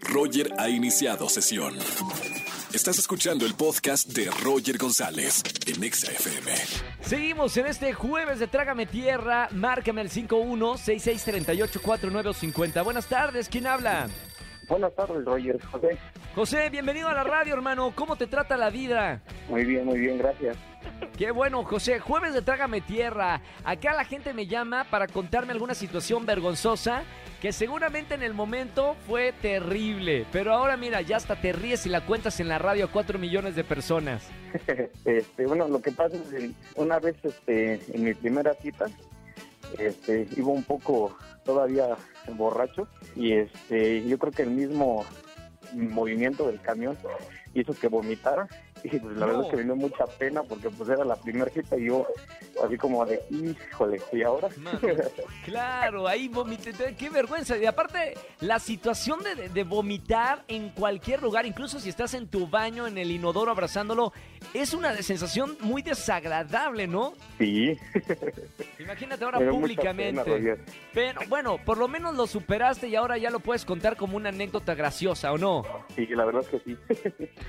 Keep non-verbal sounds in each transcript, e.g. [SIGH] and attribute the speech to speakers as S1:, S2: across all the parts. S1: Roger ha iniciado sesión. Estás escuchando el podcast de Roger González en Exa FM.
S2: Seguimos en este jueves de Trágame Tierra. Márcame el 5166384950. Buenas tardes, ¿quién habla?
S3: Buenas tardes, Roger. José.
S2: José, bienvenido a la radio, hermano. ¿Cómo te trata la vida?
S3: Muy bien, muy bien, gracias. [LAUGHS]
S2: Qué bueno, José. Jueves de Trágame Tierra. Acá la gente me llama para contarme alguna situación vergonzosa que seguramente en el momento fue terrible. Pero ahora mira, ya hasta te ríes y la cuentas en la radio a 4 millones de personas.
S3: Este, bueno, lo que pasa es que una vez este, en mi primera cita, este, iba un poco todavía borracho y este, yo creo que el mismo movimiento del camión hizo que vomitara [LAUGHS] y pues la verdad
S2: No.
S3: es que me dio mucha pena porque pues era la primera cita y yo así como de híjole y ahora [LAUGHS]
S2: Mano, claro, ahí vomité. te- Qué vergüenza. Y aparte, la situación de- de, de vomitar en cualquier lugar, incluso si estás en tu baño, en el inodoro, abrazándolo, es una de- sensación muy desagradable, ¿no?
S3: sí
S2: Imagínate ahora
S3: me dio mucha
S2: públicamente.
S3: pena, Roger.
S2: Pero bueno, por lo menos lo superaste y ahora ya lo puedes contar como una anécdota graciosa, ¿o no?
S3: sí la verdad es que sí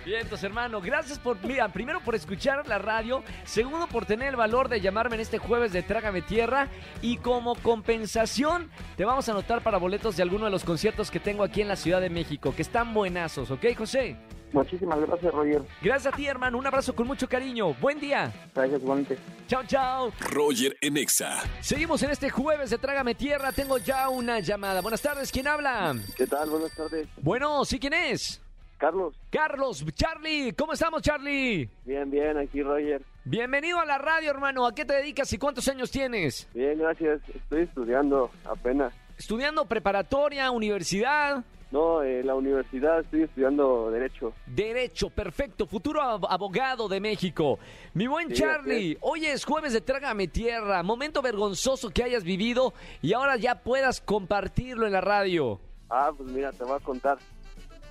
S2: Bien, entonces, hermano, gracias por, mira, primero por escuchar la radio, segundo por tener el valor de llamarme en este jueves de Trágame Tierra y como compensación te vamos a anotar para boletos de alguno de los conciertos que tengo aquí en la Ciudad de México, que están buenazos, ¿ok, José?
S3: muchísimas gracias Roger
S2: Gracias a ti, hermano, un abrazo con mucho cariño, buen día,
S3: gracias igualmente
S2: chao, chao.
S1: Roger en Exa.
S2: Seguimos en este jueves de Trágame Tierra, tengo ya una llamada. Buenas tardes, ¿quién habla?
S3: qué tal buenas tardes
S2: Bueno, ¿sí quién es?
S3: Carlos
S2: Carlos, Charlie, ¿cómo estamos, Charlie?
S3: bien bien aquí Roger
S2: Bienvenido a la radio, hermano. ¿A qué te dedicas y cuántos años tienes?
S3: bien gracias estoy estudiando apenas
S2: estudiando preparatoria, universidad,
S3: no en la universidad estoy estudiando derecho
S2: derecho, perfecto, futuro ab- abogado de México. Mi buen
S3: Sí, así
S2: Charlie, hoy es jueves de Trágame Tierra, momento vergonzoso que hayas vivido y ahora ya puedas compartirlo en la radio.
S3: Ah, pues mira, te voy a contar.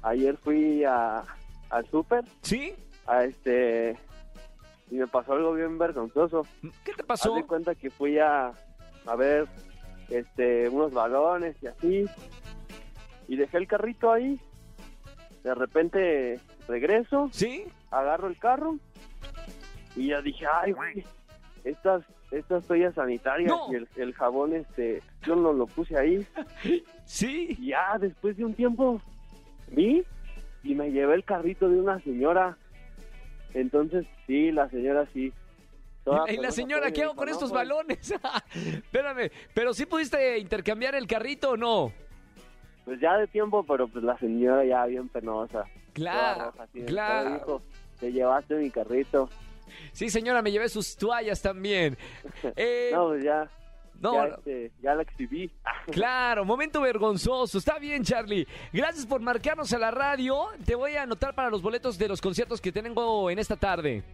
S3: Ayer fui a, al súper,
S2: ¿Sí?
S3: a este, y me pasó algo bien vergonzoso.
S2: ¿Qué te
S3: Haz
S2: pasó?
S3: de cuenta que fui a, a ver, este, unos balones y así, y dejé el carrito ahí. De repente regreso,
S2: ¿Sí?
S3: agarro el carro, y ya dije, ay, güey, estas, estas toallas sanitarias
S2: No.
S3: y el, el jabón, este, yo no lo puse ahí.
S2: ¿Sí?
S3: ya después de un tiempo vi y me llevé el carrito de una señora. Entonces, sí, la señora sí. Toda
S2: [LAUGHS] Y la
S3: pelosa,
S2: señora,
S3: toda
S2: ¿qué hago
S3: dijo,
S2: con
S3: ah, "No,
S2: estos
S3: pues,
S2: balones? [LAUGHS] Espérame, pero sí pudiste intercambiar el carrito o no?
S3: Pues ya de tiempo, pero pues la señora ya bien penosa. toda
S2: Claro,
S3: roja, así de, "Todo,
S2: claro.
S3: hijo, Te llevaste mi carrito.
S2: Sí, señora, me llevé sus toallas
S3: [LAUGHS]
S2: también. Eh,
S3: No, pues ya,
S2: no,
S3: ya,
S2: no.
S3: este, ya la exhibí.
S2: Claro, momento vergonzoso. Está bien, Charlie. Gracias por marcarnos a la radio. Te voy a anotar para los boletos de los conciertos que tengo en esta tarde.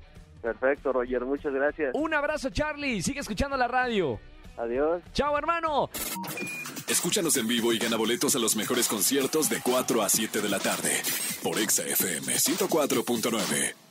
S3: Perfecto, Roger, muchas gracias.
S2: Un abrazo, Charlie. Sigue escuchando la radio.
S3: Adiós.
S2: Chao, hermano.
S1: Escúchanos en vivo y gana boletos a los mejores conciertos de 4 a 7 de la tarde por Exa FM 104.9.